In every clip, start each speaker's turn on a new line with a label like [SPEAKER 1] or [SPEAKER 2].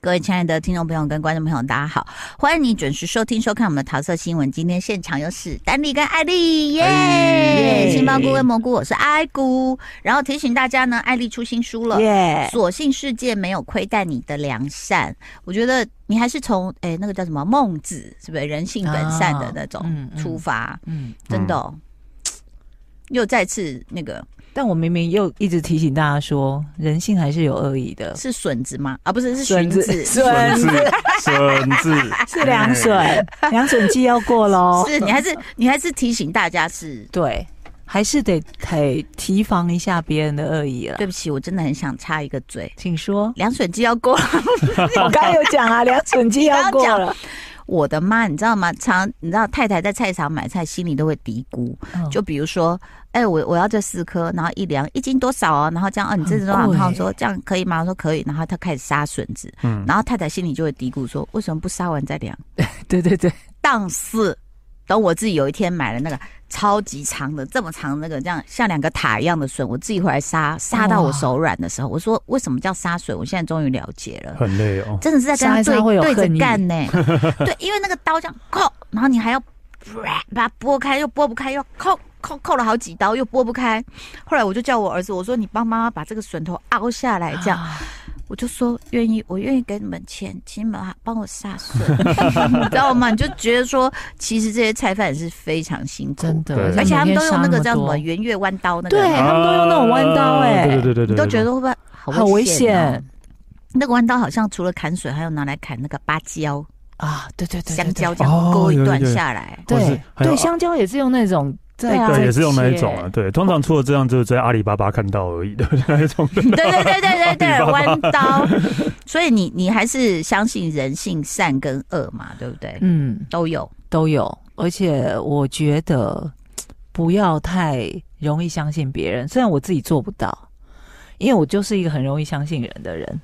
[SPEAKER 1] 各位亲爱的听众朋友跟观众朋友，大家好，欢迎你准时收听收看我们的桃色新闻。今天现场有史丹利跟艾丽，耶！
[SPEAKER 2] 哎
[SPEAKER 1] 杏鲍菇跟蘑菇，我是艾菇。然后提醒大家呢，艾丽出新书了，
[SPEAKER 2] 耶！
[SPEAKER 1] 所幸世界没有亏待你的良善，我觉得你还是从诶、那个叫什么孟子是不是人性本善的那
[SPEAKER 2] 啊嗯
[SPEAKER 1] 种
[SPEAKER 2] 嗯
[SPEAKER 1] 出发，
[SPEAKER 2] 嗯，
[SPEAKER 1] 真的、哦，又再次那个
[SPEAKER 2] 但我明明又一直提醒大家说，人性还是有恶意的，
[SPEAKER 1] 是笋子吗？啊，不是是荀子，
[SPEAKER 2] 笋
[SPEAKER 3] 笋
[SPEAKER 2] 子哦
[SPEAKER 3] 字，笋字
[SPEAKER 2] 是凉笋， 凉笋季要过喽。
[SPEAKER 1] 是你还是你还是提醒大家是。
[SPEAKER 2] 对，还是得得提防一下别人的恶意了。
[SPEAKER 1] 对不起，我真的很想插一个嘴，，
[SPEAKER 2] 请说
[SPEAKER 1] 凉水机要过了。
[SPEAKER 2] 我刚刚有讲 啊，凉笋季要过了，
[SPEAKER 1] 我的妈，你知道吗？常你知道太太在菜场买菜，心里都会嘀咕，
[SPEAKER 2] 嗯
[SPEAKER 1] 就比如说，哎、我我要这四颗，然后一两一斤多少啊？然后这样，哦，你这只多少？
[SPEAKER 2] 很贵
[SPEAKER 1] 然后说这样可以吗？我说可以，然后啊他开始杀笋子，
[SPEAKER 3] 嗯，
[SPEAKER 1] 然后太太心里就会嘀咕说，为什么不杀完再量？
[SPEAKER 2] 对对对，
[SPEAKER 1] 但是等我自己有一天买了那个超级长的、这么长的那个，这样像两个塔一样的笋，我自己回来杀，杀到我
[SPEAKER 2] 哇
[SPEAKER 1] 手软的时候，我说为什么叫杀笋？我现在终于了解了。
[SPEAKER 3] 很累哦。
[SPEAKER 1] 真的是在跟
[SPEAKER 2] 杀
[SPEAKER 1] 他
[SPEAKER 2] 一杀
[SPEAKER 1] 对
[SPEAKER 2] 会有
[SPEAKER 1] 对
[SPEAKER 2] 恨
[SPEAKER 1] 着
[SPEAKER 2] 意
[SPEAKER 1] 干 呢、对，因为那个刀这样扣，然后你还要把它拨开，又拨不开，又扣扣扣了好几刀，又拨不开。后来我就叫我儿子，我说你帮妈妈把这个笋头凹下来，这样。
[SPEAKER 2] 啊
[SPEAKER 1] 我就说愿意，我愿意给你们钱，请你们帮我杀 笋，你知道吗？你就觉得说，其实这些菜贩也是非常辛苦，
[SPEAKER 2] 真的，
[SPEAKER 3] 对
[SPEAKER 1] 而且他们都用那个
[SPEAKER 2] 每天杀
[SPEAKER 1] 叫
[SPEAKER 2] 么
[SPEAKER 1] 什
[SPEAKER 2] 多
[SPEAKER 1] 么圆月弯刀那个，
[SPEAKER 2] 对哎他们都用那种弯刀哎
[SPEAKER 3] 啊对对对对对，
[SPEAKER 1] 你都觉
[SPEAKER 3] 对
[SPEAKER 1] 得会不会
[SPEAKER 2] 好危险
[SPEAKER 1] 哦那个弯刀好像除了砍水，还有拿来砍那个芭蕉、
[SPEAKER 2] 啊，对对对，对
[SPEAKER 1] 香蕉，
[SPEAKER 2] 对
[SPEAKER 1] 这样
[SPEAKER 3] 哦
[SPEAKER 1] 割一
[SPEAKER 3] 有
[SPEAKER 1] 段
[SPEAKER 3] 有有
[SPEAKER 1] 下来。
[SPEAKER 3] 或
[SPEAKER 2] 对
[SPEAKER 3] 是还有
[SPEAKER 2] 对，香蕉也是用那种，在
[SPEAKER 1] 对啊
[SPEAKER 3] 对
[SPEAKER 2] 在
[SPEAKER 3] 也是用那一
[SPEAKER 2] 切
[SPEAKER 3] 种啊，对，通常除了这样，就是在阿里巴巴看到而已的那一种的。
[SPEAKER 1] 对对对 对对对，
[SPEAKER 3] 芭蕉
[SPEAKER 1] 弯刀。所以你你还是相信人性善跟恶嘛，对不对？
[SPEAKER 2] 嗯。
[SPEAKER 1] 都有。
[SPEAKER 2] 都有，而且我觉得不要太容易相信别人，虽然我自己做不到，因为我就是一个很容易相信人的人。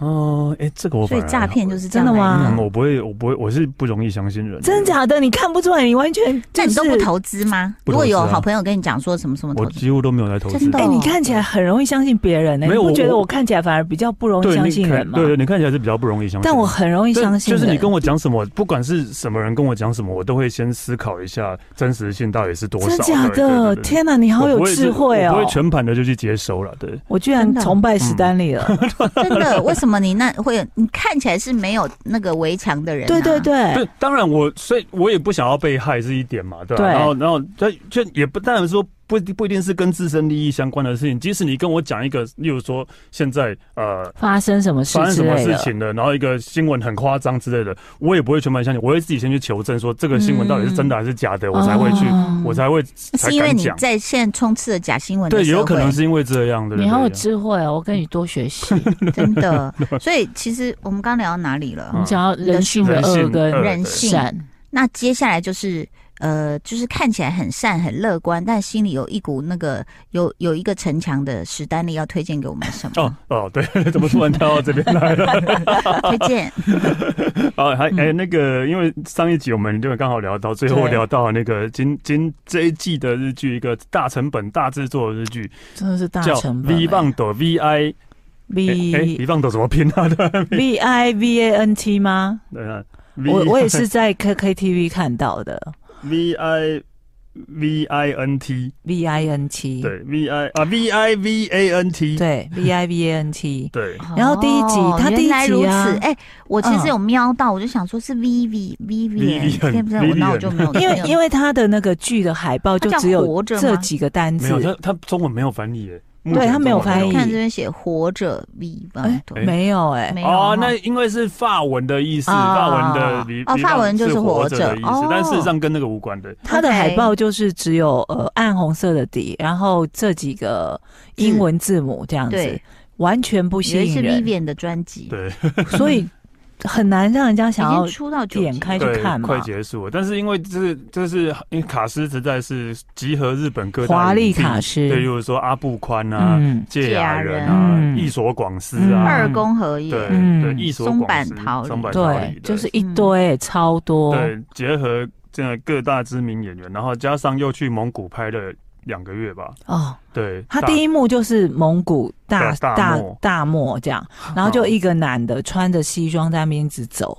[SPEAKER 3] 哦，哎，这个我
[SPEAKER 1] 所
[SPEAKER 3] 反
[SPEAKER 1] 以
[SPEAKER 3] 而
[SPEAKER 1] 诈
[SPEAKER 3] 还
[SPEAKER 1] 骗
[SPEAKER 3] 好
[SPEAKER 1] 就是这样
[SPEAKER 2] 真的
[SPEAKER 1] 来
[SPEAKER 2] 吗
[SPEAKER 3] 嗯，我不会，我不会，我是不容易相信人。
[SPEAKER 2] 真？假的？你看不出嗯来，你完全
[SPEAKER 1] 那
[SPEAKER 2] 就
[SPEAKER 1] 你
[SPEAKER 2] 是
[SPEAKER 1] 都不。投资吗？
[SPEAKER 3] 不
[SPEAKER 1] 如
[SPEAKER 3] 投资
[SPEAKER 1] 果
[SPEAKER 3] 啊
[SPEAKER 1] 有好朋友跟你讲说什么什么投
[SPEAKER 3] 我
[SPEAKER 1] 资，
[SPEAKER 3] 几乎都没有在投
[SPEAKER 1] 真
[SPEAKER 3] 资
[SPEAKER 1] 的
[SPEAKER 2] 哎、
[SPEAKER 1] 哦
[SPEAKER 2] 你看起来很容易相信别人呢、欸
[SPEAKER 3] 没
[SPEAKER 2] 你
[SPEAKER 3] 有
[SPEAKER 2] 不
[SPEAKER 3] 我
[SPEAKER 2] 觉得
[SPEAKER 3] 我
[SPEAKER 2] 我看起来反而比较不容易
[SPEAKER 3] 对，
[SPEAKER 2] 相
[SPEAKER 3] 你
[SPEAKER 2] 信人
[SPEAKER 3] 看，
[SPEAKER 2] 吗？
[SPEAKER 3] 对，你看起来是比较不容易相信人。
[SPEAKER 2] 但我很容易
[SPEAKER 3] 但
[SPEAKER 2] 相信
[SPEAKER 3] 就
[SPEAKER 2] 人，
[SPEAKER 3] 是你跟我讲什么，不管是什么人跟我讲什么，我都会先思考一下真实性到底是多少。
[SPEAKER 2] 真假
[SPEAKER 3] 对
[SPEAKER 2] 的？！天哪，你好
[SPEAKER 3] 对对对
[SPEAKER 2] 有
[SPEAKER 3] 对我不会
[SPEAKER 2] 智慧
[SPEAKER 3] 我不
[SPEAKER 2] 哦
[SPEAKER 3] 会！全盘的就去接收了。对，
[SPEAKER 2] 我居然
[SPEAKER 1] 真的
[SPEAKER 2] 崇拜史丹利了。
[SPEAKER 1] 真的？ 为什么你那会？你看起来是没有那个围墙的人、啊。
[SPEAKER 2] 对对对，
[SPEAKER 3] 对，当然我，所以我也不想要被害是一点嘛，对吧、
[SPEAKER 2] 对
[SPEAKER 3] 然后，然后，就就也不当然说不不一定是跟自身利益相关的事情。即使你跟我讲一个，例如说现在呃
[SPEAKER 2] 发生什么事
[SPEAKER 3] 发生
[SPEAKER 2] 之
[SPEAKER 3] 什么
[SPEAKER 2] 类
[SPEAKER 3] 事
[SPEAKER 2] 的，
[SPEAKER 3] 情了，然后一个新闻很夸张之类的，我也不会全盘相信，我会自己先去求证说这个新闻到底是真的还是假的，我才会去，
[SPEAKER 2] 哦
[SPEAKER 3] 我才会才
[SPEAKER 1] 是因为
[SPEAKER 3] 敢
[SPEAKER 1] 你
[SPEAKER 3] 讲。
[SPEAKER 1] 在现在充斥着假新闻的
[SPEAKER 3] 对，
[SPEAKER 1] 社会，
[SPEAKER 3] 也有可能是因为这样的。
[SPEAKER 2] 你好有
[SPEAKER 3] 对
[SPEAKER 2] 智慧哦！我跟你多学习。
[SPEAKER 1] 真的。所以其实我们刚聊到哪里了？
[SPEAKER 2] 我们讲到人性的
[SPEAKER 3] 人
[SPEAKER 2] 恶
[SPEAKER 3] 性
[SPEAKER 2] 跟
[SPEAKER 3] 恶
[SPEAKER 1] 人
[SPEAKER 3] 嗯对
[SPEAKER 1] 性
[SPEAKER 2] 善，
[SPEAKER 1] 那接下来就是呃，就是看起来很善、很乐观，但心里有一股那个有有一个城墙的史丹利要推荐给我们什么？
[SPEAKER 3] 哦哦，对， 怎么突然跳到这边来了？
[SPEAKER 1] 推荐
[SPEAKER 3] 哦，还
[SPEAKER 1] 嗯
[SPEAKER 3] 哎、那个，因为上一集我们就刚好聊到，最后
[SPEAKER 2] 对
[SPEAKER 3] 聊到那个今今这一季的日剧，一个大成本大制作的日剧
[SPEAKER 2] 真的是大
[SPEAKER 3] 叫
[SPEAKER 2] 成
[SPEAKER 3] 《
[SPEAKER 2] 本欸。
[SPEAKER 3] V 棒斗 V I》，哎哎，
[SPEAKER 2] V
[SPEAKER 3] V 棒斗怎么拼啊？ 对啊
[SPEAKER 2] V I V A N T 吗？
[SPEAKER 3] 对啊
[SPEAKER 2] 我我也
[SPEAKER 3] V
[SPEAKER 2] 是在 K K T V 看到的
[SPEAKER 3] V I V I N T，
[SPEAKER 2] V I N T，
[SPEAKER 3] 对 V I 啊 V I V A N T，
[SPEAKER 2] 对 V I V A N T，
[SPEAKER 3] 对
[SPEAKER 2] 然后第一集
[SPEAKER 1] 哦
[SPEAKER 2] 他第一集啊
[SPEAKER 1] 原来
[SPEAKER 2] 嗯
[SPEAKER 1] 如此，哎、我其实有瞄到，我就想说是 Vivi Vivi，
[SPEAKER 3] Vivian，
[SPEAKER 1] 对不对？我
[SPEAKER 3] Vivian
[SPEAKER 1] 那我就没有，
[SPEAKER 2] 因为因
[SPEAKER 1] 为
[SPEAKER 2] 为他的那个剧的海报就
[SPEAKER 1] 它叫
[SPEAKER 2] 只有
[SPEAKER 1] 活着吗
[SPEAKER 2] 这几个单
[SPEAKER 3] 没
[SPEAKER 2] 字
[SPEAKER 3] 有，他他中文没有翻译耶，目
[SPEAKER 2] 对
[SPEAKER 3] 前
[SPEAKER 2] 他没有
[SPEAKER 3] 中文
[SPEAKER 2] 翻译
[SPEAKER 1] 看这边写活着 V 吧，
[SPEAKER 2] 哎，
[SPEAKER 1] 对
[SPEAKER 2] 没有哎，
[SPEAKER 1] 没有
[SPEAKER 3] 哦
[SPEAKER 1] 哈，
[SPEAKER 3] 那因为是法文的意思，
[SPEAKER 2] 啊
[SPEAKER 3] 法文的离
[SPEAKER 1] 哦
[SPEAKER 3] 离
[SPEAKER 1] 法文就是
[SPEAKER 3] 是
[SPEAKER 1] 活
[SPEAKER 3] 活
[SPEAKER 1] 着
[SPEAKER 3] 的意
[SPEAKER 1] 哦
[SPEAKER 3] 思，但事实上跟那个无关的。
[SPEAKER 2] 他的海报就是只有呃暗红色的底，然后这几个英文字母这样子
[SPEAKER 1] 对，，
[SPEAKER 2] 完全不吸
[SPEAKER 1] 以为是
[SPEAKER 2] 引人，
[SPEAKER 1] Vivian 的专辑，已
[SPEAKER 3] 对，
[SPEAKER 2] 所以很难让人家想要
[SPEAKER 1] 经出到九
[SPEAKER 2] 点
[SPEAKER 1] 集
[SPEAKER 2] 开
[SPEAKER 1] 了
[SPEAKER 2] 就
[SPEAKER 3] 对，
[SPEAKER 2] 哎看嘛
[SPEAKER 3] 快结束了。但是因为这是这是因为卡斯实在是集合日本各大
[SPEAKER 2] 华丽
[SPEAKER 3] 影帝
[SPEAKER 2] 卡斯
[SPEAKER 3] 对，例如说阿布宽啊、
[SPEAKER 2] 嗯
[SPEAKER 3] 芥雅人
[SPEAKER 2] 芥雅
[SPEAKER 3] 啊、
[SPEAKER 2] 人
[SPEAKER 3] 一所广司
[SPEAKER 2] 嗯
[SPEAKER 3] 啊，
[SPEAKER 1] 二宫和也，
[SPEAKER 3] 对
[SPEAKER 2] 嗯
[SPEAKER 3] 对，一所广司
[SPEAKER 1] 松坂桃李
[SPEAKER 3] 松坂桃李
[SPEAKER 2] 对
[SPEAKER 3] 对，
[SPEAKER 2] 就是一
[SPEAKER 1] 嗯
[SPEAKER 2] 堆超多，
[SPEAKER 3] 对结合这样各大知名演员，然后加上又去蒙古拍了两个月吧，
[SPEAKER 2] 哦，
[SPEAKER 3] 对，
[SPEAKER 2] 他第
[SPEAKER 3] 一
[SPEAKER 2] 一幕就是蒙古大
[SPEAKER 3] 大大
[SPEAKER 2] 大
[SPEAKER 3] 漠
[SPEAKER 2] 大漠这样，然后就一个男的穿着西装在那边一直走，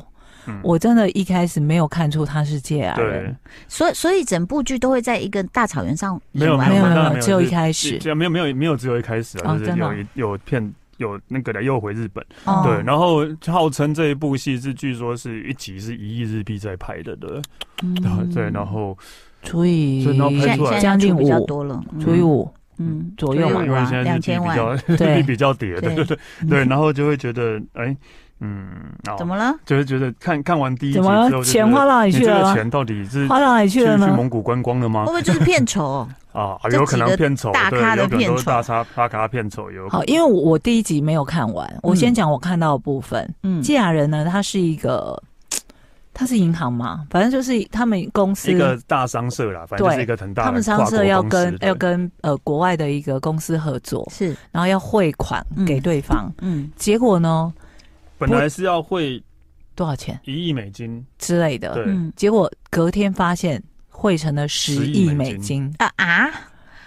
[SPEAKER 2] 我真的一开始没有看出他是芥雅
[SPEAKER 3] 嗯对
[SPEAKER 2] 人，
[SPEAKER 1] 所以所以整部剧都会在一个大草原上
[SPEAKER 3] 没有
[SPEAKER 1] 演完
[SPEAKER 2] 没有
[SPEAKER 1] 吗
[SPEAKER 2] 没
[SPEAKER 3] 当然
[SPEAKER 2] 有
[SPEAKER 3] 没，有
[SPEAKER 2] 只有
[SPEAKER 3] 是
[SPEAKER 2] 一开始
[SPEAKER 3] 这样没有没有没有只有一开始
[SPEAKER 2] 哦
[SPEAKER 3] 啊，就是
[SPEAKER 2] 真的哦
[SPEAKER 3] 有一有片有那个的又回日本，
[SPEAKER 2] 哦
[SPEAKER 3] 对，然后号称这一部戏是据说是一集是一亿日币在拍的的，
[SPEAKER 2] 嗯
[SPEAKER 3] 然后对，然后
[SPEAKER 2] 除以
[SPEAKER 3] 所以然后
[SPEAKER 1] 现在
[SPEAKER 3] 拍出来
[SPEAKER 1] 现在
[SPEAKER 2] 将近
[SPEAKER 1] 出比较
[SPEAKER 2] 五，
[SPEAKER 1] 多了，嗯
[SPEAKER 2] 除以五，
[SPEAKER 1] 嗯
[SPEAKER 2] 左右
[SPEAKER 1] 对
[SPEAKER 2] 嘛
[SPEAKER 1] 啊
[SPEAKER 3] 因为现在日
[SPEAKER 1] 两
[SPEAKER 3] 币
[SPEAKER 1] 千
[SPEAKER 3] 比
[SPEAKER 1] 万
[SPEAKER 3] 较 日
[SPEAKER 2] 对嗯
[SPEAKER 3] 币比较跌的，
[SPEAKER 1] 对，
[SPEAKER 3] 对，然后就会觉得哎，嗯，哦
[SPEAKER 1] 怎么了？
[SPEAKER 3] 就是觉得看看完第一集
[SPEAKER 2] 怎
[SPEAKER 3] 之后
[SPEAKER 2] 么
[SPEAKER 3] 就觉
[SPEAKER 2] 钱花
[SPEAKER 3] 得
[SPEAKER 2] 到哪里
[SPEAKER 3] 你
[SPEAKER 2] 去
[SPEAKER 3] 这个
[SPEAKER 2] 了？
[SPEAKER 3] 钱到底是
[SPEAKER 2] 花到哪里去
[SPEAKER 3] 去
[SPEAKER 2] 了
[SPEAKER 3] 去
[SPEAKER 2] 呢？哦
[SPEAKER 3] 蒙古观光了吗
[SPEAKER 1] 会不？会就是片 酬？
[SPEAKER 3] 啊，
[SPEAKER 1] 这
[SPEAKER 3] 有可能
[SPEAKER 1] 几个
[SPEAKER 3] 片酬，
[SPEAKER 1] 大
[SPEAKER 3] 对，
[SPEAKER 1] 咖的
[SPEAKER 3] 有可能
[SPEAKER 1] 片
[SPEAKER 3] 都
[SPEAKER 1] 酬
[SPEAKER 3] 是大咖大咖片酬，有可
[SPEAKER 2] 好，
[SPEAKER 3] 能
[SPEAKER 2] 因为我我第一集没有看完，我先
[SPEAKER 1] 嗯
[SPEAKER 2] 讲我看到的部分。
[SPEAKER 1] 嗯，
[SPEAKER 2] 芥雅人呢，他是一个，他是银行嘛，反正就是他们公司
[SPEAKER 3] 一个大商社啦，反正就是
[SPEAKER 2] 对
[SPEAKER 3] 一个很大的
[SPEAKER 2] 他们商社要跟要
[SPEAKER 3] 跟
[SPEAKER 2] 跟呃国外的一个公司合作，
[SPEAKER 1] 是
[SPEAKER 2] 然后要汇款
[SPEAKER 1] 嗯
[SPEAKER 2] 给对方。
[SPEAKER 1] 嗯
[SPEAKER 2] 结果呢，
[SPEAKER 3] 本来是要汇
[SPEAKER 2] 多少钱
[SPEAKER 3] 一亿美金，
[SPEAKER 2] 之类的，
[SPEAKER 3] 对
[SPEAKER 1] 嗯
[SPEAKER 2] 结果隔天发现汇成了十
[SPEAKER 3] 10
[SPEAKER 2] 亿
[SPEAKER 3] 亿美
[SPEAKER 2] 美金，
[SPEAKER 1] 啊啊，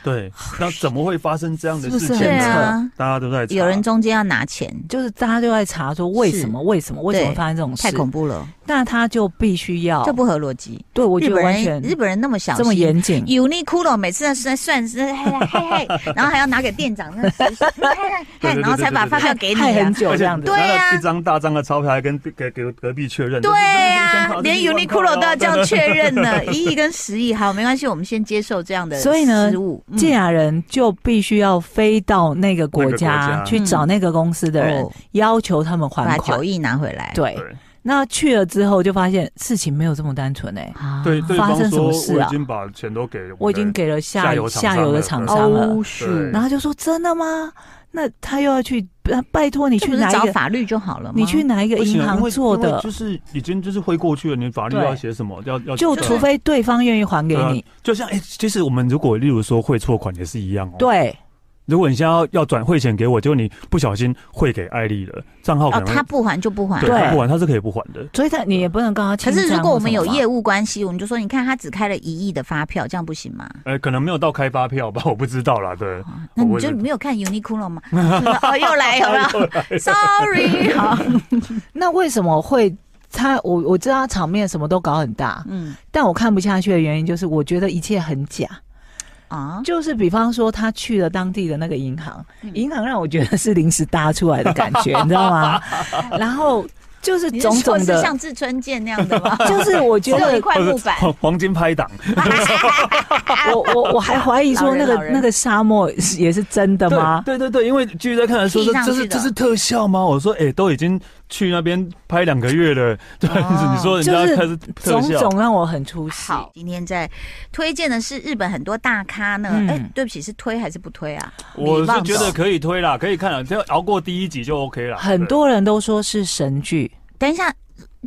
[SPEAKER 3] 对，那怎么会发生这样的
[SPEAKER 2] 是不
[SPEAKER 3] 事
[SPEAKER 2] 是很
[SPEAKER 3] 情
[SPEAKER 1] 对
[SPEAKER 2] 扯
[SPEAKER 3] 呢？
[SPEAKER 1] 啊，
[SPEAKER 3] 大家都在查
[SPEAKER 1] 有人中间要拿钱，
[SPEAKER 2] 就是大家就在查说为什么为什么为什么
[SPEAKER 1] 对
[SPEAKER 2] 发生这种事
[SPEAKER 1] 太，恐怖了，
[SPEAKER 2] 那他就必须要
[SPEAKER 1] 这不合逻辑。
[SPEAKER 2] 对我觉
[SPEAKER 1] 日
[SPEAKER 2] 得
[SPEAKER 1] 本
[SPEAKER 2] 完
[SPEAKER 1] 人
[SPEAKER 2] 全
[SPEAKER 1] 日本人那么小心
[SPEAKER 2] 这么严谨，
[SPEAKER 1] Uniqlo 每次在算算是嗨嗨 嗨，然后还要拿给店长那十十嗨嗨，然后才把发票给你
[SPEAKER 2] 害很
[SPEAKER 1] 啊。
[SPEAKER 2] 久
[SPEAKER 3] 而
[SPEAKER 2] 这
[SPEAKER 3] 且
[SPEAKER 2] 样子
[SPEAKER 1] 对。啊
[SPEAKER 3] 拿了一张大张的钞票，还跟给给隔壁确认，
[SPEAKER 1] 对呀、啊，连
[SPEAKER 3] 有
[SPEAKER 1] Uniqlo 都要这 样确认呢，一亿跟十亿，好，没关系，我们先接受这样的
[SPEAKER 2] 所以呢
[SPEAKER 1] 失误。嗯
[SPEAKER 2] 芥雅人就必须要飞到那个国
[SPEAKER 3] 那
[SPEAKER 2] 家
[SPEAKER 3] 个国家
[SPEAKER 2] 去找那个公司的人，
[SPEAKER 1] 哦
[SPEAKER 2] 要求他们还
[SPEAKER 1] 把
[SPEAKER 2] 款
[SPEAKER 1] 九。亿拿回来。
[SPEAKER 2] 对，
[SPEAKER 3] 对
[SPEAKER 2] 那去了之后就发现事情没有这么单纯哎、
[SPEAKER 1] 啊
[SPEAKER 3] 对，对
[SPEAKER 2] 发生
[SPEAKER 3] 方
[SPEAKER 2] 什么
[SPEAKER 3] 说
[SPEAKER 2] 事
[SPEAKER 3] 我
[SPEAKER 2] 啊
[SPEAKER 3] 已经把钱都给
[SPEAKER 2] 我已经
[SPEAKER 3] 给
[SPEAKER 2] 给了下
[SPEAKER 3] 下游厂商
[SPEAKER 2] 下游的
[SPEAKER 3] 了
[SPEAKER 2] 厂商了，
[SPEAKER 1] 哦，
[SPEAKER 3] 对
[SPEAKER 1] 是，
[SPEAKER 2] 然后就说真的吗？那他又要去，呃拜托你
[SPEAKER 1] 这
[SPEAKER 2] 去
[SPEAKER 1] 不是
[SPEAKER 2] 哪
[SPEAKER 1] 找
[SPEAKER 2] 一个？
[SPEAKER 1] 法律就好了吗？
[SPEAKER 2] 你去哪一个
[SPEAKER 3] 不行
[SPEAKER 2] 银
[SPEAKER 3] 啊因
[SPEAKER 2] 行
[SPEAKER 3] 为
[SPEAKER 2] 做
[SPEAKER 3] 因为
[SPEAKER 2] 的？
[SPEAKER 3] 就是已经就是挥过去了，你法律
[SPEAKER 2] 对
[SPEAKER 3] 要写什么？要要
[SPEAKER 2] 就
[SPEAKER 3] 对啊
[SPEAKER 2] 除非对方愿意还给
[SPEAKER 3] 对啊
[SPEAKER 2] 你。
[SPEAKER 3] 就像哎、其实我们如果例如说汇错款也是一样哦。，
[SPEAKER 2] 对，
[SPEAKER 3] 如果你现在要要转汇钱给我，结果你不小心汇给艾丽了，账号可
[SPEAKER 1] 哦，
[SPEAKER 3] 能会、
[SPEAKER 1] 他
[SPEAKER 2] 啊
[SPEAKER 1] 不还就不还。
[SPEAKER 3] 对
[SPEAKER 2] 对
[SPEAKER 3] 他不还，他是可以不还的。
[SPEAKER 2] 所以他你也不能跟他
[SPEAKER 1] 可
[SPEAKER 2] 清
[SPEAKER 1] 是如
[SPEAKER 2] 账
[SPEAKER 1] 果我
[SPEAKER 2] 或
[SPEAKER 1] 们
[SPEAKER 2] 什么
[SPEAKER 1] 有
[SPEAKER 2] 嘛
[SPEAKER 1] 业务关系，我们就说，你看他只开了一亿的发票，这样不行吗？
[SPEAKER 3] 呃，可能没有到开发票吧，我不知道啦。对，
[SPEAKER 1] 啊那你
[SPEAKER 3] 哦我也
[SPEAKER 1] 就是没有看 Uniqlo 吗？哦，又来有没有？Sorry，好，
[SPEAKER 2] 那为什么会他？我我知道他场面什么都搞很大，
[SPEAKER 1] 嗯
[SPEAKER 2] 但我看不下去的原因就是，我觉得一切很假。
[SPEAKER 1] 啊，
[SPEAKER 2] 就是比方说，他去了当地的那个银行，
[SPEAKER 1] 嗯
[SPEAKER 2] 银行让我觉得是临时搭出来的感 觉，你知道吗？然后就是
[SPEAKER 1] 你是
[SPEAKER 2] 种
[SPEAKER 1] 说
[SPEAKER 2] 种
[SPEAKER 1] 是
[SPEAKER 2] 的，
[SPEAKER 1] 像志春剑那样的 吗？
[SPEAKER 2] 就是我
[SPEAKER 1] 只
[SPEAKER 2] 觉
[SPEAKER 1] 有一
[SPEAKER 2] 得
[SPEAKER 1] 块木板，
[SPEAKER 3] 黄黄金拍档，
[SPEAKER 1] 哎
[SPEAKER 2] 我我我还怀疑说那个
[SPEAKER 1] 老人老人
[SPEAKER 2] 那个沙漠是也是真的吗？
[SPEAKER 3] 对对对对，因为继续在看的时候，
[SPEAKER 1] 踢
[SPEAKER 3] 这
[SPEAKER 1] 上
[SPEAKER 3] 这
[SPEAKER 1] 去
[SPEAKER 3] 是
[SPEAKER 1] 的
[SPEAKER 3] 这是特效吗？我说，哎、都已经去那边拍两个月了，对，
[SPEAKER 1] 哦
[SPEAKER 3] 你说人家开始特哦
[SPEAKER 2] 种
[SPEAKER 3] 效，
[SPEAKER 2] 种让我很出戏。
[SPEAKER 1] 好，今天在推荐的是日本很多大咖呢。
[SPEAKER 2] 嗯
[SPEAKER 1] 哎、对不起，是推还是不推啊？
[SPEAKER 3] 我
[SPEAKER 1] 你
[SPEAKER 3] 是
[SPEAKER 1] 忘
[SPEAKER 3] 觉
[SPEAKER 1] 了
[SPEAKER 3] 得可以推啦，可以看了，只要熬过第一集就 OK 了。
[SPEAKER 2] 很
[SPEAKER 3] 对
[SPEAKER 2] 多人都说是神剧，
[SPEAKER 1] 等一下，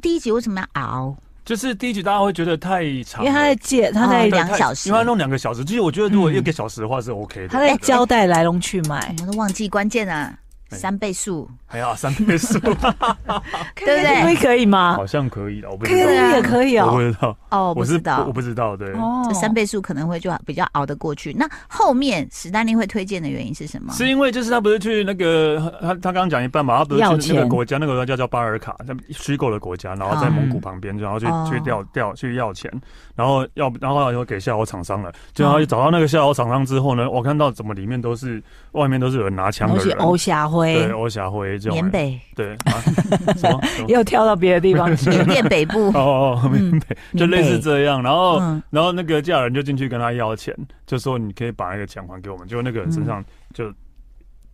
[SPEAKER 1] 第一集为什么要熬？
[SPEAKER 3] 就是第一集大家会觉得太长
[SPEAKER 2] 因
[SPEAKER 3] 了，
[SPEAKER 2] 为他在借他
[SPEAKER 1] 哦
[SPEAKER 2] 在
[SPEAKER 1] 两
[SPEAKER 3] 太
[SPEAKER 1] 小时
[SPEAKER 3] 因为他弄两个小时，其实我觉得如果
[SPEAKER 2] 嗯
[SPEAKER 3] 一个小时的话是 OK 的。
[SPEAKER 2] 他嗯
[SPEAKER 1] 哎
[SPEAKER 2] 在交代来龙去脉。
[SPEAKER 1] 我们都忘记关键啊，
[SPEAKER 3] 哎
[SPEAKER 1] 三倍速，
[SPEAKER 3] 哎呀，三倍速
[SPEAKER 1] 对不
[SPEAKER 2] 可以
[SPEAKER 1] 对？
[SPEAKER 2] 可以吗
[SPEAKER 3] 好像可以了，我不知道，
[SPEAKER 1] 啊
[SPEAKER 2] KTV 也可以
[SPEAKER 3] 我不
[SPEAKER 2] 哦。
[SPEAKER 3] 知道，
[SPEAKER 1] 哦，不
[SPEAKER 3] 我是
[SPEAKER 1] 知
[SPEAKER 3] 我
[SPEAKER 1] 道
[SPEAKER 3] 我。不知道，对，
[SPEAKER 2] 哦
[SPEAKER 1] 这三倍速可能会就比较熬得过去。那后面史丹利会推荐的原因是什么？
[SPEAKER 3] 是因为就是他不是去那个他他刚刚讲一半嘛，他不是
[SPEAKER 2] 要
[SPEAKER 3] 去那个
[SPEAKER 2] 钱
[SPEAKER 3] 国家，那个国家叫巴尔卡，那虚构的国家，然后在
[SPEAKER 1] 嗯
[SPEAKER 3] 蒙古旁边，然后去
[SPEAKER 1] 哦
[SPEAKER 3] 去调调去要钱，然后要然后又给下游厂商了，就然后找到那个下游厂商之后呢，我看到怎么里面都是外面都是有人拿枪
[SPEAKER 2] 东
[SPEAKER 3] 的
[SPEAKER 2] 西
[SPEAKER 3] 人，
[SPEAKER 2] 欧霞辉
[SPEAKER 3] 对，欧霞辉这种
[SPEAKER 1] 缅
[SPEAKER 3] 人，
[SPEAKER 1] 北、
[SPEAKER 3] 对，啊什么 什么，
[SPEAKER 2] 又跳到别的地方去。
[SPEAKER 1] 缅甸北部
[SPEAKER 3] 哎 哦哦，明白，就类似这样。然后，
[SPEAKER 1] 嗯，
[SPEAKER 3] 然后那个嫁人就进去跟他要钱，就说你可以把那个钱还给我们。结果那个人身上就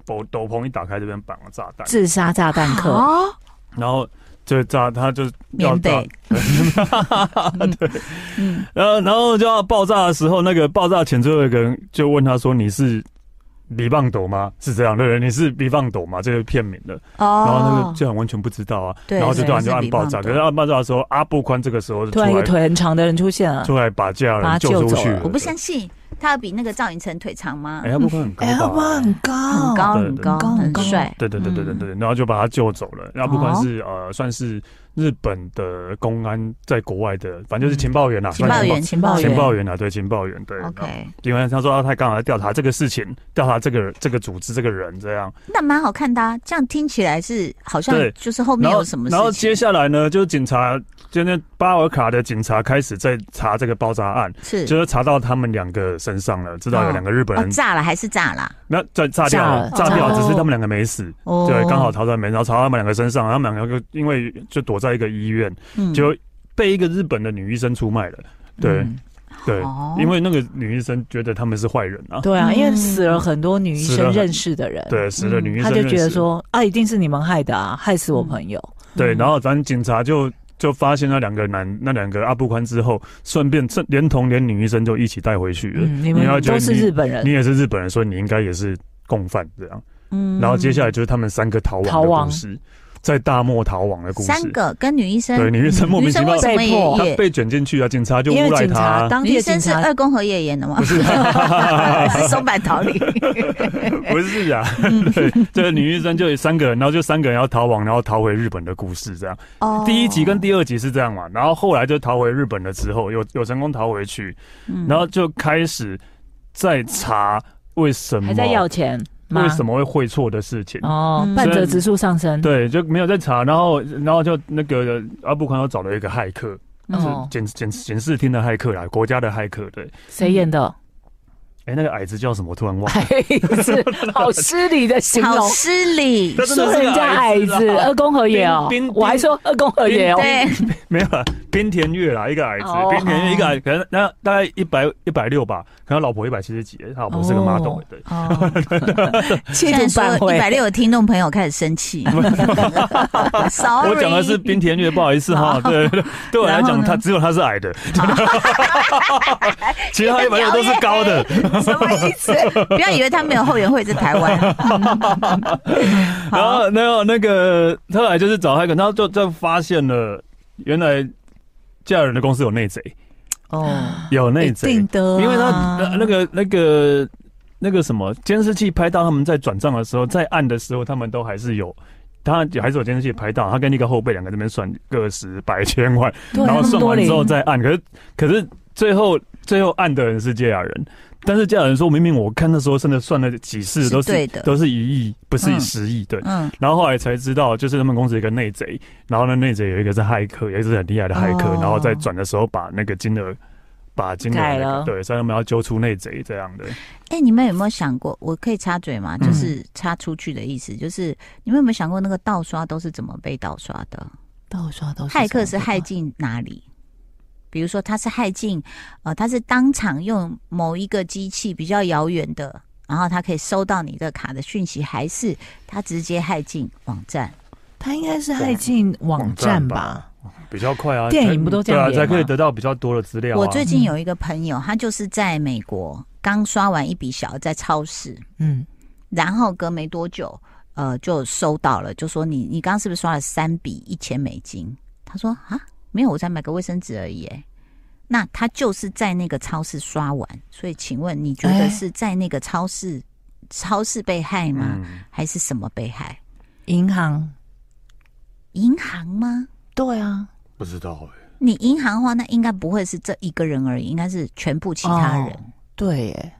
[SPEAKER 3] 斗斗篷一打开，这边绑了炸 弹，
[SPEAKER 2] 自杀炸弹客，
[SPEAKER 1] 哦，
[SPEAKER 3] 然后就炸，他就要
[SPEAKER 1] 缅
[SPEAKER 3] 炸
[SPEAKER 1] 北，嗯，
[SPEAKER 3] 然后然后就要爆炸的时候，那个爆炸前最后一个人就问他说：“你是比棒斗吗？是这样的人，你是比棒斗吗？”这个片名的。然后那个
[SPEAKER 1] 哦，
[SPEAKER 3] 竟然完全不知道啊，
[SPEAKER 1] 对
[SPEAKER 3] 然后就突然
[SPEAKER 1] 谁
[SPEAKER 3] 就是按
[SPEAKER 1] 比
[SPEAKER 3] 爆
[SPEAKER 1] 棒
[SPEAKER 3] 炸，
[SPEAKER 1] 斗
[SPEAKER 3] 可是按爆炸的时候，阿布宽这个时候就
[SPEAKER 2] 突
[SPEAKER 3] 出
[SPEAKER 2] 然一个
[SPEAKER 3] 来
[SPEAKER 2] 腿很长的人出现了。
[SPEAKER 3] 出来把嫁
[SPEAKER 2] 把他
[SPEAKER 3] 人救
[SPEAKER 2] 救
[SPEAKER 3] 出
[SPEAKER 2] 走
[SPEAKER 3] 去
[SPEAKER 2] 了
[SPEAKER 3] 了
[SPEAKER 1] 我不相信，他有比那个赵寅成腿长吗
[SPEAKER 3] 哎，？要不会很高吧？
[SPEAKER 2] 要不很高，
[SPEAKER 1] 很高
[SPEAKER 3] 对
[SPEAKER 1] 很
[SPEAKER 3] 对
[SPEAKER 1] 高
[SPEAKER 2] 高
[SPEAKER 1] 很
[SPEAKER 2] 高
[SPEAKER 1] 帅，
[SPEAKER 3] 对对对对
[SPEAKER 1] 嗯
[SPEAKER 3] 对对，然后就把他救走了。那不管是、呃，算是日本的公安在国外的，反正就是情报员啦、
[SPEAKER 1] 嗯
[SPEAKER 3] 啊，
[SPEAKER 1] 情报员，情报
[SPEAKER 3] 情
[SPEAKER 1] 员
[SPEAKER 3] 报员啊，对情报员，对。然后
[SPEAKER 1] ，OK，
[SPEAKER 3] 因为他说啊他刚好在调查这个事情，调查这个这个组织这个人这样。
[SPEAKER 1] 那蛮好看的啊。这样听起来是好像
[SPEAKER 3] 对
[SPEAKER 1] 就是后面
[SPEAKER 3] 然后
[SPEAKER 1] 有什么事情，
[SPEAKER 3] 然后接下来呢，就是警察，就那巴尔卡的警察开始在查这个爆炸案，
[SPEAKER 1] 是
[SPEAKER 3] 就是查到他们两个身上了，知道有两个日本
[SPEAKER 1] 哦
[SPEAKER 3] 人
[SPEAKER 1] 炸了还是炸了？
[SPEAKER 3] 那炸炸掉了，
[SPEAKER 2] 炸
[SPEAKER 3] 炸
[SPEAKER 2] 了
[SPEAKER 3] 掉
[SPEAKER 1] 哦
[SPEAKER 3] 了，只是他们两个没死，
[SPEAKER 1] 哦
[SPEAKER 3] 对，刚好逃出来没，然后朝他们两个身上，他们两个就因为就躲在一个医院，
[SPEAKER 1] 嗯
[SPEAKER 3] 就被一个日本的女医生出卖了，对、
[SPEAKER 2] 嗯
[SPEAKER 3] 对
[SPEAKER 1] 哦，
[SPEAKER 3] 因为那个女医生觉得他们是坏人啊，
[SPEAKER 2] 对啊，
[SPEAKER 1] 嗯
[SPEAKER 2] 因为死了很多女医
[SPEAKER 3] 死了
[SPEAKER 2] 生
[SPEAKER 3] 很
[SPEAKER 2] 认识的人，，
[SPEAKER 3] 对，死了女医
[SPEAKER 2] 他
[SPEAKER 3] 生
[SPEAKER 2] 就
[SPEAKER 3] 认
[SPEAKER 2] 觉得
[SPEAKER 3] 识
[SPEAKER 2] 说啊，一定是你们害的啊，害死我朋友。
[SPEAKER 3] 对，
[SPEAKER 1] 嗯
[SPEAKER 3] 然后咱警察就就发现那两个男那两个阿布宽之后，顺便趁连同连女医生就一起带回去了，
[SPEAKER 2] 嗯，你
[SPEAKER 3] 你要
[SPEAKER 2] 们
[SPEAKER 3] 觉
[SPEAKER 2] 都
[SPEAKER 3] 得
[SPEAKER 2] 是
[SPEAKER 3] 你
[SPEAKER 2] 日本人
[SPEAKER 3] 你，也是日本人，所以你应该也是共犯这样，
[SPEAKER 1] 嗯
[SPEAKER 3] 然后接下来就是他们三个逃
[SPEAKER 2] 逃
[SPEAKER 3] 亡的
[SPEAKER 2] 亡
[SPEAKER 3] 故事，在大漠逃亡的故事，
[SPEAKER 1] 三个跟女医生，
[SPEAKER 3] 对，女医生莫
[SPEAKER 1] 女
[SPEAKER 3] 名其
[SPEAKER 1] 生
[SPEAKER 3] 妙
[SPEAKER 1] 为什么
[SPEAKER 2] 被迫
[SPEAKER 1] 也
[SPEAKER 3] 他
[SPEAKER 1] 也？
[SPEAKER 3] 被卷进去啊，警察就
[SPEAKER 2] 因
[SPEAKER 3] 诬
[SPEAKER 2] 为
[SPEAKER 3] 赖
[SPEAKER 2] 警察
[SPEAKER 3] 他。
[SPEAKER 2] 当地
[SPEAKER 1] 女
[SPEAKER 2] 的
[SPEAKER 1] 生
[SPEAKER 2] 警
[SPEAKER 1] 是
[SPEAKER 2] 察
[SPEAKER 1] 二宫和也演的吗
[SPEAKER 3] 不？是，
[SPEAKER 1] 是松坂桃李，
[SPEAKER 3] 不是啊，
[SPEAKER 2] 嗯
[SPEAKER 3] 对，这个女医生就有三个人，然后就三个人要逃亡，然后逃回日本的故事这样。
[SPEAKER 1] 哦
[SPEAKER 3] 第一集跟第二集是这样嘛，然后后来就逃回日本了之后，有有成功逃回去，
[SPEAKER 2] 嗯
[SPEAKER 1] 嗯
[SPEAKER 3] 然后就开始在查为什么
[SPEAKER 2] 还在要钱吗？
[SPEAKER 3] 为什么会会错的事情。
[SPEAKER 2] 哦
[SPEAKER 1] 嗯，
[SPEAKER 2] 半折指数上升，
[SPEAKER 3] 对，就没有在查，然后，然后就那个阿布宽又找了一个骇客，
[SPEAKER 1] 嗯
[SPEAKER 2] 哦，
[SPEAKER 3] 检检检视厅的骇客啦，国家的骇客，对，
[SPEAKER 2] 谁演的？
[SPEAKER 3] 哎、那个矮子叫什么？我突然忘了。
[SPEAKER 2] 矮 子，好失礼的形
[SPEAKER 1] 好
[SPEAKER 2] 容，
[SPEAKER 1] 失礼
[SPEAKER 3] 但，是
[SPEAKER 2] 说人家矮
[SPEAKER 3] 真的是
[SPEAKER 2] 子，
[SPEAKER 3] 矮子啊
[SPEAKER 2] 二宫和也哦
[SPEAKER 3] 冰冰，冰
[SPEAKER 2] 我还说二宫和也哦，
[SPEAKER 1] 对，
[SPEAKER 3] 没有啊，边田月啦，一个矮子
[SPEAKER 2] 哦，
[SPEAKER 3] 边田月一个矮，可能那大概一百一百六吧，可能他老婆一百七十几，他老婆是个
[SPEAKER 2] 哦
[SPEAKER 3] model，对，
[SPEAKER 1] 哦，
[SPEAKER 2] 企
[SPEAKER 1] 现在
[SPEAKER 2] 图
[SPEAKER 1] 说
[SPEAKER 2] 扳
[SPEAKER 1] 一
[SPEAKER 2] 回
[SPEAKER 1] 百。六的听众朋友开始生气，sorry，
[SPEAKER 3] 我讲的是冰田月，不好意思哈，对对，对对我来
[SPEAKER 1] 然后
[SPEAKER 3] 讲，
[SPEAKER 1] 呢
[SPEAKER 3] 他只有他是矮的，其他一百六都是高的，
[SPEAKER 1] 什么意 思？不要以为他没有后援会在台湾，
[SPEAKER 3] 然后然后那个后来就是找他，然后就就发现了原来。嫁人的公司有内贼，
[SPEAKER 2] 哦，
[SPEAKER 3] 有内贼，
[SPEAKER 2] 一定的啊
[SPEAKER 3] 因为他呃那那个那个那个什么监视器拍到他们在转账的时候，在按的时候，他们都还是有。他还是有监视器拍到，他跟那个后辈两个这边算个十百千万，
[SPEAKER 2] 对，
[SPEAKER 3] 然后
[SPEAKER 2] 那么
[SPEAKER 3] 算
[SPEAKER 2] 多
[SPEAKER 3] 完之后
[SPEAKER 2] 零，
[SPEAKER 3] 再按。可是可是最后最后按的人是芥雅人，但是芥雅人说明明我看那时候真的算了几次
[SPEAKER 1] 是
[SPEAKER 3] 都是
[SPEAKER 1] 对的
[SPEAKER 3] 都是一亿，不是
[SPEAKER 1] 嗯
[SPEAKER 3] 十亿，对。
[SPEAKER 1] 嗯，
[SPEAKER 3] 然后后来才知道，就是他们公司有一个内贼，然后呢内贼有一个是骇客，也是很厉害的骇客，
[SPEAKER 1] 哦
[SPEAKER 3] 然后在转的时候把那个金额。把金额
[SPEAKER 2] 改了
[SPEAKER 3] 对，所以他们要揪出内贼这样的。
[SPEAKER 1] 哎、你们有没有想过？我可以插嘴吗？
[SPEAKER 2] 嗯
[SPEAKER 1] 就是插出去的意思，就是你们有没有想过那个盗刷都是怎么被盗刷的？
[SPEAKER 2] 盗刷都
[SPEAKER 1] 骇客是害进哪里？比如说，他是害进，呃，他是当场用某一个机器比较遥远的，然后他可以收到你的卡的讯息，还是他直接害进网站？
[SPEAKER 2] 他应该是
[SPEAKER 1] 啊
[SPEAKER 2] 害进网站吧？
[SPEAKER 3] 比较快啊，
[SPEAKER 2] 电影不都这样
[SPEAKER 3] 对啊，才
[SPEAKER 2] 演吗
[SPEAKER 3] 可以得到比较多的资料、啊。
[SPEAKER 1] 我最近有一个朋友，他就是在美国刚刷完一笔小额在超市，
[SPEAKER 2] 嗯，
[SPEAKER 1] 然后隔没多久，呃，就收到了，就说你你刚刚是不是刷了三笔一千美金？他说啊，没有，我才买个卫生纸而已。哎，那他就是在那个超市刷完，所以请问你觉得
[SPEAKER 2] 哎
[SPEAKER 1] 是在那个超市、超市被害吗？
[SPEAKER 3] 嗯，
[SPEAKER 1] 还是什么被害？
[SPEAKER 2] 银行，
[SPEAKER 1] 银行吗？
[SPEAKER 2] 对啊，
[SPEAKER 3] 不知道哎、
[SPEAKER 1] 你银行的话，那应该不会是这一个人而已，应该是全部其他人。
[SPEAKER 2] 哦对耶，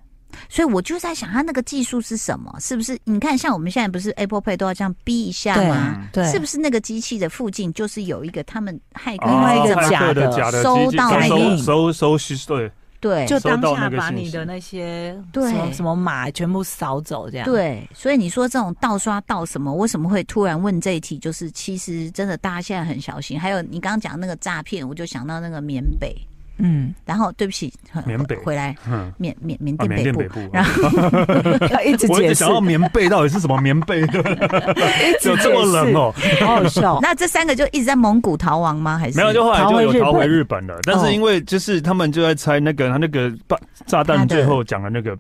[SPEAKER 1] 所以我就在想，他那个技术是什么？是不是？你看，像我们现在不是 Apple Pay 都要这样逼一下
[SPEAKER 2] 对
[SPEAKER 1] 吗？
[SPEAKER 2] 对，哦
[SPEAKER 1] 是不是那个机器的附近就是有一个他们骇客
[SPEAKER 2] 另外一个
[SPEAKER 1] 怎么
[SPEAKER 2] 假
[SPEAKER 3] 哦骇客的
[SPEAKER 2] 的
[SPEAKER 3] 假的
[SPEAKER 1] 收
[SPEAKER 3] 机器
[SPEAKER 1] 到
[SPEAKER 2] 那
[SPEAKER 3] 收
[SPEAKER 2] 个
[SPEAKER 3] 收收收对，
[SPEAKER 1] 对
[SPEAKER 2] 就当
[SPEAKER 3] 收到
[SPEAKER 2] 下
[SPEAKER 3] 那个
[SPEAKER 2] 把
[SPEAKER 3] 信息
[SPEAKER 2] 你的那些
[SPEAKER 1] 对
[SPEAKER 2] 什么什么码全部扫走这样？，
[SPEAKER 1] 对，所以你说这种盗刷盗什么？为什么会突然问这一题？就是其实真的大家现在很小心。还有你刚刚讲那个诈骗，我就想到那个缅北，
[SPEAKER 2] 嗯，
[SPEAKER 1] 然后对不起，呃
[SPEAKER 3] 缅北
[SPEAKER 1] 回 来
[SPEAKER 3] 嗯，
[SPEAKER 1] 缅缅缅
[SPEAKER 3] 啊，
[SPEAKER 1] 甸
[SPEAKER 3] 缅
[SPEAKER 1] 北
[SPEAKER 3] 甸
[SPEAKER 1] 部
[SPEAKER 3] 北，部。
[SPEAKER 1] 然
[SPEAKER 3] 后
[SPEAKER 2] 要一直
[SPEAKER 3] 我一
[SPEAKER 2] 解释
[SPEAKER 3] 直想，要棉被到底是什么棉 被，有这么冷哦、
[SPEAKER 2] 好好 笑。
[SPEAKER 1] 那这三个就一直在蒙古逃亡吗？还是
[SPEAKER 3] 没有，就后来就有
[SPEAKER 2] 逃
[SPEAKER 3] 逃回
[SPEAKER 2] 回
[SPEAKER 3] 日本了。但是因为就是他们就在猜那个他那个炸炸弹最后讲的那个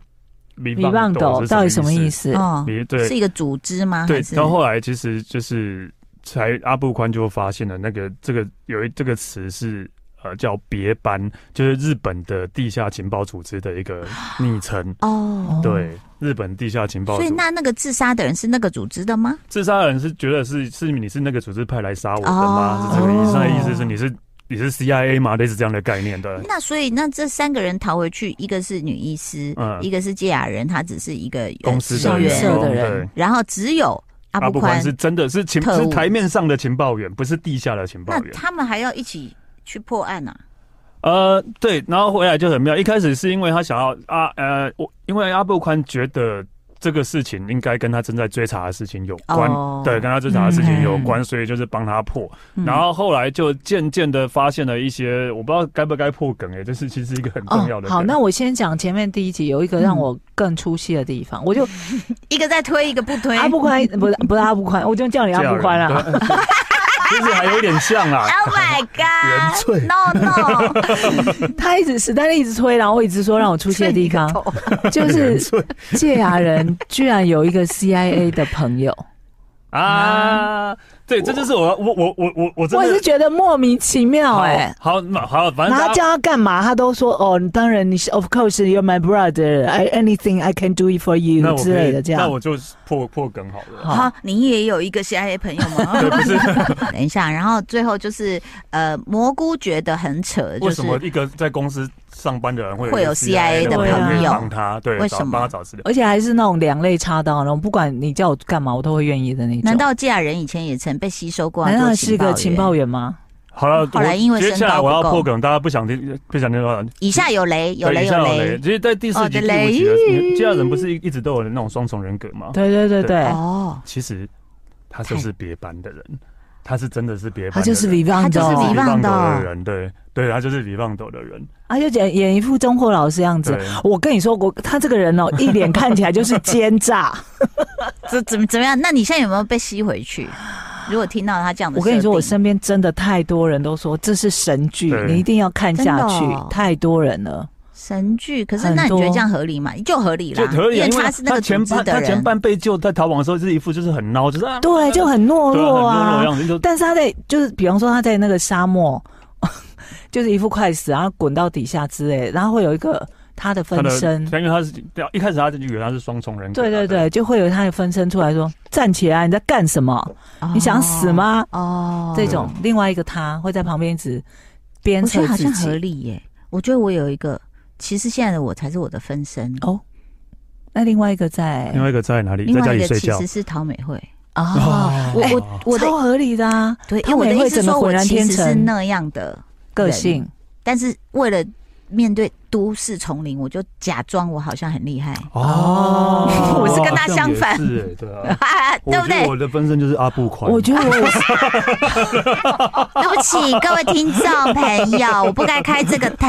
[SPEAKER 3] 米
[SPEAKER 2] 米棒斗到底什么意？思？
[SPEAKER 1] 哦，
[SPEAKER 3] 米
[SPEAKER 1] 是
[SPEAKER 3] 对
[SPEAKER 1] 一个组织吗？
[SPEAKER 3] 对
[SPEAKER 1] 还，是
[SPEAKER 3] 然后后来其呃实就是才阿布宽就发现了那个这个有一这个词是。呃叫别班，就是日本的地下情报组织的一个昵称。
[SPEAKER 1] 哦，
[SPEAKER 3] 对，日本地下情报
[SPEAKER 1] 所以
[SPEAKER 3] 组
[SPEAKER 1] 那那个自杀的人是那个组织的吗？
[SPEAKER 3] 自杀人是觉得是是你是那个组织派来杀我的吗？是这个意思？那意思是你是你是 CIA 吗？类似这样的概念的。
[SPEAKER 1] 那所以那这三个人逃回去，一个是女医师，
[SPEAKER 3] 嗯
[SPEAKER 1] 一个是芥雅人，她只是一个呃
[SPEAKER 3] 公司的
[SPEAKER 2] 校
[SPEAKER 1] 员
[SPEAKER 2] 园
[SPEAKER 3] 员工
[SPEAKER 2] 社的人啊
[SPEAKER 3] 对
[SPEAKER 1] 然后只有阿
[SPEAKER 3] 阿
[SPEAKER 1] 布
[SPEAKER 3] 布宽
[SPEAKER 1] 宽，
[SPEAKER 3] 是真的是情
[SPEAKER 1] 特务
[SPEAKER 3] 是台面上的情报员，不是地下的情报
[SPEAKER 1] 那
[SPEAKER 3] 员。
[SPEAKER 1] 他们还要一起去破案啊？
[SPEAKER 3] 呃，对，然后回来就很妙。一开始是因为他想要啊，呃，我因为阿布宽觉得这个事情应该跟他正在追查的事情有关，
[SPEAKER 2] 哦嗯
[SPEAKER 3] 对，跟他追查的事情有关，所以就是帮他破。
[SPEAKER 1] 嗯
[SPEAKER 3] 然后后来就渐渐的发现了一些，我不知道该不该破梗哎、欸，这是其实一个很重要的梗。
[SPEAKER 2] 哦好，那我先讲前面第一集有一个
[SPEAKER 1] 嗯
[SPEAKER 2] 让我更出戏的地方，我就
[SPEAKER 1] 一个在推，一个不推。
[SPEAKER 2] 阿布宽不是不是阿布宽，我就叫你阿布宽啊啦。
[SPEAKER 3] 对。 就是还有点像啊，
[SPEAKER 1] Oh my
[SPEAKER 3] 原
[SPEAKER 1] god！
[SPEAKER 3] 罪
[SPEAKER 1] No no！
[SPEAKER 2] 他一直史丹利一直推，然后我一直说让我 出戏的 地方
[SPEAKER 1] 吹你个头
[SPEAKER 2] 就
[SPEAKER 3] 原
[SPEAKER 2] 是
[SPEAKER 3] 罪
[SPEAKER 2] 芥雅人居然有一个 CIA 的朋友，
[SPEAKER 3] 啊！对，这就是我我我我我我真
[SPEAKER 2] 我
[SPEAKER 3] 的
[SPEAKER 2] 也是觉得莫名其妙
[SPEAKER 3] 好
[SPEAKER 2] 哎、
[SPEAKER 3] 好那好，反
[SPEAKER 2] 然后
[SPEAKER 3] 正大
[SPEAKER 2] 他
[SPEAKER 3] 家
[SPEAKER 2] 叫他干嘛，他都说哦，当然你是 of course you're my brother, I anything I can do it for
[SPEAKER 3] 那
[SPEAKER 2] you
[SPEAKER 3] 我可以
[SPEAKER 2] 之类的这
[SPEAKER 3] 那
[SPEAKER 2] 样。
[SPEAKER 3] 我就破破梗好 了。
[SPEAKER 1] 好，你也有一个 CIA 朋友吗？
[SPEAKER 3] 对，不是
[SPEAKER 1] 等一下，然后最后就是呃，蘑菇觉得很扯，就
[SPEAKER 3] 为
[SPEAKER 1] 是
[SPEAKER 3] 什么一个在公司上班的人会
[SPEAKER 1] 会有
[SPEAKER 3] 有
[SPEAKER 1] CIA
[SPEAKER 2] 的
[SPEAKER 3] 的
[SPEAKER 2] 朋
[SPEAKER 1] 友
[SPEAKER 3] 帮他，对，
[SPEAKER 1] 为
[SPEAKER 3] 找
[SPEAKER 1] 什么
[SPEAKER 3] 帮他找资料？
[SPEAKER 2] 而且还是那种两肋插刀，然后不管你叫我干嘛，我都会愿意的那种。
[SPEAKER 1] 难道芥雅人以前也曾被吸收过？
[SPEAKER 2] 难道是个情报？员吗？
[SPEAKER 3] 好了，
[SPEAKER 1] 后来
[SPEAKER 3] 我
[SPEAKER 1] 因为
[SPEAKER 3] 接
[SPEAKER 1] 身
[SPEAKER 3] 下来
[SPEAKER 1] 高
[SPEAKER 3] 我
[SPEAKER 1] 不
[SPEAKER 3] 要
[SPEAKER 1] 够
[SPEAKER 3] 破梗，大家不想听，不想听的话，
[SPEAKER 1] 以下有雷，有
[SPEAKER 3] 对
[SPEAKER 1] 雷
[SPEAKER 3] 以下
[SPEAKER 1] 有
[SPEAKER 3] 有
[SPEAKER 1] 雷。
[SPEAKER 3] 其实，在第
[SPEAKER 1] 哦
[SPEAKER 3] 四
[SPEAKER 1] 对
[SPEAKER 3] 集、第五集的时
[SPEAKER 2] 雷
[SPEAKER 3] 候，第二人不是一一直都有那种双重人格吗？
[SPEAKER 2] 对对对对，
[SPEAKER 1] 哦，
[SPEAKER 3] 其实他就是别班的人，他是真的是别班
[SPEAKER 2] 他
[SPEAKER 3] 的人，
[SPEAKER 2] 就是
[SPEAKER 1] 他就
[SPEAKER 2] Vivan 的
[SPEAKER 1] 是
[SPEAKER 3] 他是
[SPEAKER 2] 哦，
[SPEAKER 1] Vivan
[SPEAKER 3] 斗
[SPEAKER 1] Vivando
[SPEAKER 3] 的人，对对，他就是比棒斗的人，
[SPEAKER 2] 他就演演一副中国老师样子
[SPEAKER 3] 对。
[SPEAKER 2] 我跟你说，我他这个人 哦，一脸看起来就是奸诈。
[SPEAKER 1] 怎怎么怎么样？那你现在有没有被吸回去？如果听到他这样的
[SPEAKER 2] 我
[SPEAKER 1] 设定，
[SPEAKER 2] 跟你说，我身边真的太多人都说这是神剧，
[SPEAKER 3] 对
[SPEAKER 2] 你一定要看下去
[SPEAKER 1] 真的哦，
[SPEAKER 2] 太多人了。
[SPEAKER 1] 神剧，可是
[SPEAKER 2] 很
[SPEAKER 1] 那你觉得
[SPEAKER 2] 多
[SPEAKER 1] 这样合理吗？就合理
[SPEAKER 3] 就
[SPEAKER 1] 啦，
[SPEAKER 3] 合理啊，
[SPEAKER 1] 因
[SPEAKER 3] 因为
[SPEAKER 1] 他是那个
[SPEAKER 3] 前
[SPEAKER 1] 组织
[SPEAKER 3] 半
[SPEAKER 1] 的
[SPEAKER 3] 他前
[SPEAKER 1] 人。
[SPEAKER 3] 半被救，在逃亡的时候是一副就是很孬，就是啊
[SPEAKER 2] 对，就很懦
[SPEAKER 3] 对啊很
[SPEAKER 2] 弱
[SPEAKER 3] 懦弱
[SPEAKER 2] 啊
[SPEAKER 3] 的。样子，就
[SPEAKER 2] 但是他在就是，比方说他在那个沙漠， 就是一副快死，然后滚到底下之类，然后会有一个他的
[SPEAKER 3] 他
[SPEAKER 2] 分
[SPEAKER 3] 的，
[SPEAKER 2] 身，
[SPEAKER 3] 因为他是对啊一开始他就以为他是双重人格，啊
[SPEAKER 2] 对对，对，就会有他的分身出来说：“站起来，你在干什么？
[SPEAKER 1] 哦
[SPEAKER 2] 你想死？吗
[SPEAKER 1] 哦？”，
[SPEAKER 2] 这种，另外一个他会在旁边一直鞭
[SPEAKER 1] 我觉
[SPEAKER 2] 策
[SPEAKER 1] 得好
[SPEAKER 2] 自
[SPEAKER 1] 像合
[SPEAKER 2] 己。
[SPEAKER 1] 理耶。我觉得我有一个，其实现在的我才是我的分身。
[SPEAKER 2] 哦，那另外一个在
[SPEAKER 3] 另外一个在哪里？
[SPEAKER 1] 另
[SPEAKER 3] 在家
[SPEAKER 1] 外
[SPEAKER 3] 里
[SPEAKER 1] 一个
[SPEAKER 3] 睡
[SPEAKER 1] 其
[SPEAKER 3] 觉
[SPEAKER 1] 实。是陶美惠，
[SPEAKER 2] 啊，
[SPEAKER 1] 哦我
[SPEAKER 2] 哎
[SPEAKER 1] 我我的
[SPEAKER 2] 超合理的啊，
[SPEAKER 1] 对，因
[SPEAKER 2] 陶
[SPEAKER 1] 为我的
[SPEAKER 2] 美惠
[SPEAKER 1] 意思
[SPEAKER 2] 整个
[SPEAKER 1] 说，
[SPEAKER 2] 浑
[SPEAKER 1] 我
[SPEAKER 2] 然
[SPEAKER 1] 其
[SPEAKER 2] 天
[SPEAKER 1] 实是
[SPEAKER 2] 成
[SPEAKER 1] 那样的，
[SPEAKER 2] 个性
[SPEAKER 1] 但是为了面对都市丛林，我就假装我好像很厉害，
[SPEAKER 2] 哦
[SPEAKER 1] 我是跟他相反，
[SPEAKER 3] 好像也是哎对
[SPEAKER 1] 对不
[SPEAKER 3] 啊我觉得
[SPEAKER 1] 对？
[SPEAKER 3] 我的分身就是阿布宽，
[SPEAKER 2] 我 觉得我也是，
[SPEAKER 1] 对不起，各位听众朋友，我不该开这个头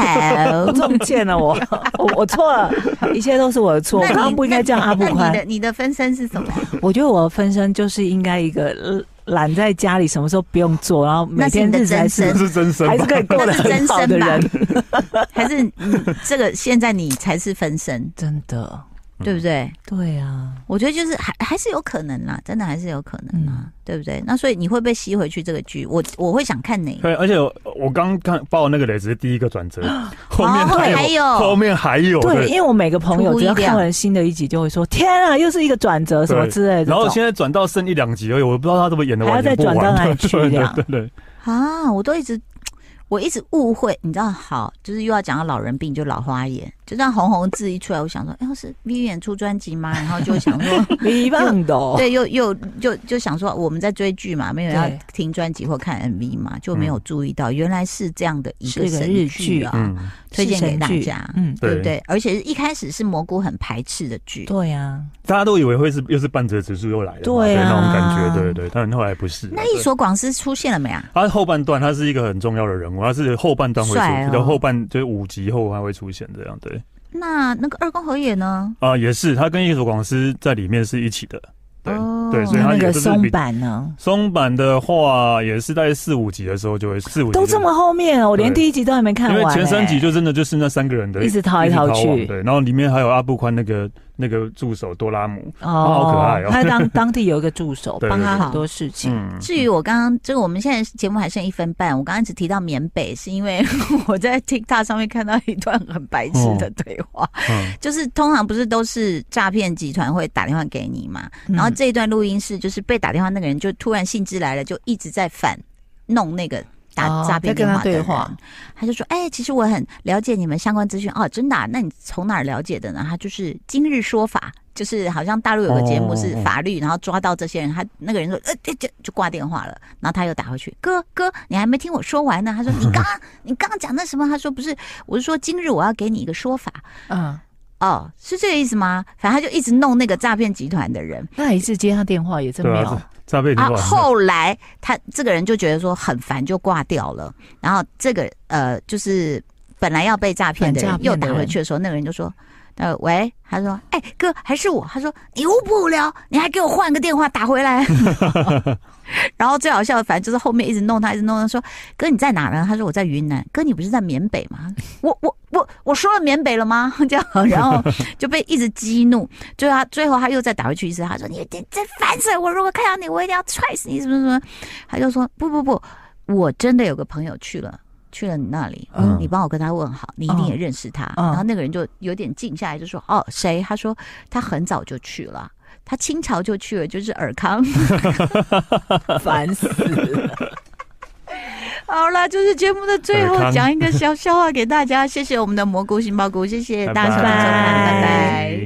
[SPEAKER 2] 我。中箭了，我我我错了，一切都是我的 错，我
[SPEAKER 1] 那你
[SPEAKER 2] 刚刚不应该这样阿布
[SPEAKER 1] 那
[SPEAKER 2] 宽
[SPEAKER 1] 你的。你的分身是什 么？
[SPEAKER 2] 我觉得我的分身就是应该一个呃懒在家里，什么时候不用做，然后每
[SPEAKER 1] 那是
[SPEAKER 2] 天
[SPEAKER 1] 你的
[SPEAKER 2] 日子还
[SPEAKER 1] 真
[SPEAKER 2] 是
[SPEAKER 1] 身
[SPEAKER 3] 是真身吧，
[SPEAKER 2] 还是可以过得
[SPEAKER 1] 那是
[SPEAKER 2] 很
[SPEAKER 1] 真
[SPEAKER 2] 好
[SPEAKER 1] 身
[SPEAKER 2] 的
[SPEAKER 1] 吧
[SPEAKER 2] 人，？
[SPEAKER 1] 还是嗯这个现在你才是分身，
[SPEAKER 2] 真的。
[SPEAKER 1] 对不对？
[SPEAKER 2] 对啊，
[SPEAKER 1] 我觉得就是还还是有可能啦，真的还是有可能啦，
[SPEAKER 2] 嗯
[SPEAKER 1] 对不对？那所以你会被吸回去这个剧，我我会想看你。
[SPEAKER 3] 对，而且我我刚看爆那个雷只是第一个转折，后面
[SPEAKER 1] 对
[SPEAKER 3] 还
[SPEAKER 1] 还有
[SPEAKER 3] 后面还有
[SPEAKER 2] 对，因为我每个朋
[SPEAKER 1] 出
[SPEAKER 2] 友
[SPEAKER 1] 乎
[SPEAKER 2] 只要
[SPEAKER 1] 意料
[SPEAKER 2] 看完新的一集，就会说：“天啊，又是一个转折什么
[SPEAKER 3] 对
[SPEAKER 2] 之类的这
[SPEAKER 3] 然
[SPEAKER 2] 种。”
[SPEAKER 3] 后现在转到剩一两集而已，我不知道他怎么演的
[SPEAKER 2] 还
[SPEAKER 3] 完，
[SPEAKER 2] 要再
[SPEAKER 3] 演不完
[SPEAKER 2] 转到哪里去
[SPEAKER 3] 对
[SPEAKER 2] 这
[SPEAKER 3] 对
[SPEAKER 2] 样
[SPEAKER 3] 对对，
[SPEAKER 1] 啊，我都一直。我一直误会，你知道，好，就是又要讲到老人病，就老花眼，就这样红红字一出来，我想说，哎、是 Vivian 出专辑吗？然后就想说，
[SPEAKER 2] 一棒的哦，
[SPEAKER 1] 对，又又就就想说，我们在追剧嘛，没有要
[SPEAKER 2] 对嗯
[SPEAKER 1] 听专辑或看 MV 嘛，就没有注意到，原来是这样的一
[SPEAKER 2] 是一个
[SPEAKER 1] 神
[SPEAKER 2] 日
[SPEAKER 1] 剧
[SPEAKER 2] 剧
[SPEAKER 1] 啊，
[SPEAKER 3] 嗯，
[SPEAKER 1] 推荐给
[SPEAKER 2] 是
[SPEAKER 1] 大
[SPEAKER 2] 神剧
[SPEAKER 1] 家，
[SPEAKER 2] 嗯，
[SPEAKER 1] 对不
[SPEAKER 3] 对
[SPEAKER 1] 对？而且一开始是蘑菇很排斥的剧，
[SPEAKER 2] 对呀，
[SPEAKER 3] 大家都以为会是又是半折指数又来了嘛，
[SPEAKER 2] 对啊
[SPEAKER 3] 那种感觉，对对，但后来不是。
[SPEAKER 1] 那一所广司出现了没啊？
[SPEAKER 3] 他后半段，他是一个很重要的人物，他是后半段会出
[SPEAKER 1] 帅哦
[SPEAKER 3] 现，就后半就是五集后还会出现这样，对
[SPEAKER 1] 那那个二宫和也呢？
[SPEAKER 3] 啊、也是他跟一所广司在里面是一起的，对、
[SPEAKER 1] 哦
[SPEAKER 3] 对，所以
[SPEAKER 2] 那
[SPEAKER 3] 他
[SPEAKER 2] 那
[SPEAKER 3] 也
[SPEAKER 2] 个
[SPEAKER 3] 就是
[SPEAKER 2] 松
[SPEAKER 3] 比
[SPEAKER 2] 板呢，
[SPEAKER 3] 松板的话，也是在四五集的时候就会四五集就
[SPEAKER 2] 都这么后面了，我连
[SPEAKER 3] 对
[SPEAKER 2] 第一集都还没看
[SPEAKER 3] 因
[SPEAKER 2] 完
[SPEAKER 3] 为
[SPEAKER 2] 嘞，
[SPEAKER 3] 前三集就真的就是那三个人的
[SPEAKER 2] 一直逃来逃去
[SPEAKER 3] 往对，然后里面还有阿布宽那个那个助手多拉姆，
[SPEAKER 2] 哦，
[SPEAKER 3] 好可爱哦
[SPEAKER 2] 他当当地有一个助手，
[SPEAKER 3] 对
[SPEAKER 2] 帮他
[SPEAKER 1] 对对
[SPEAKER 2] 很多事情。
[SPEAKER 3] 嗯，
[SPEAKER 1] 至于我刚刚，这个我们现在节目还剩一分半，我刚刚只提到缅北，是因 为我在 TikTok 上面看到一段很白痴
[SPEAKER 2] 哦
[SPEAKER 1] 的对话，
[SPEAKER 2] 啊
[SPEAKER 3] 嗯
[SPEAKER 1] 就是通常不是都是诈骗集团会打电话给你嘛，
[SPEAKER 2] 嗯
[SPEAKER 1] 然后这一段录音是就是被打电话那个人就突然兴致来了，就一直在反弄那个。打
[SPEAKER 2] 哦
[SPEAKER 1] 诈骗
[SPEAKER 2] 在
[SPEAKER 1] 电
[SPEAKER 2] 跟他
[SPEAKER 1] 话的
[SPEAKER 2] 对
[SPEAKER 1] 人
[SPEAKER 2] 话
[SPEAKER 1] 他就说：“哎、其实我很了解你们相关资讯哦，真的啊、那你从哪儿了解的呢？”他就是《今日说法》，就是好像大陆有个节目是
[SPEAKER 3] 哦哦哦
[SPEAKER 1] 法律，然后抓到这些人，他那个人说：“呃，这这就挂电话了。”然后他又打回去：“哥哥，你还没听我说完呢。”他说：“你刚 刚你刚刚讲那什么？”他说：“不是，我是说今日我要给你一个说法。”
[SPEAKER 2] 嗯，
[SPEAKER 1] 哦，是这个意思吗？反正他就一直弄那个诈骗集团的人
[SPEAKER 2] 那一次接他电话也真
[SPEAKER 3] 对
[SPEAKER 2] 妙。
[SPEAKER 3] 啊，诈骗集
[SPEAKER 1] 啊。
[SPEAKER 3] 团，
[SPEAKER 1] 后来他这个人就觉得说很烦，就挂掉了。然后这个呃，就是本来要被诈骗的人
[SPEAKER 2] 反诈
[SPEAKER 1] 又
[SPEAKER 2] 骗的
[SPEAKER 1] 打
[SPEAKER 2] 人
[SPEAKER 1] 回去的时候，那个人就说：“呃，喂，他说，哎、哥，还是我。”他说：“你无不无聊，你还给我换个电话打回来。”然后最好笑的，反正就是后面一直弄他，一直弄他说：“哥，你在哪呢？”他说：“我在云南。”哥，你不是在缅北吗？我我我我说了缅北了吗？这样，然后就被一直激怒。最后他最后他又再打回去一次，他说：“你你真烦死了！我如果看到你，我一定要踹死你！什么什么。”他就说：“不不不，我真的有个朋友去了。”去了你那里，
[SPEAKER 2] 嗯
[SPEAKER 1] 你帮我跟他问好，你一定也
[SPEAKER 2] 嗯
[SPEAKER 1] 认识他。
[SPEAKER 2] 嗯
[SPEAKER 1] 然后那个人就有点静下来，就说：“哦，谁？”他说：“他很早就去了，他清朝就去了，就是尔康。”
[SPEAKER 2] 烦死了！
[SPEAKER 1] 好啦，就是节目的最后
[SPEAKER 3] 尔康
[SPEAKER 1] 讲一个小笑话给大家，谢谢我们的蘑菇杏鲍菇，谢谢大家收听收看，拜拜。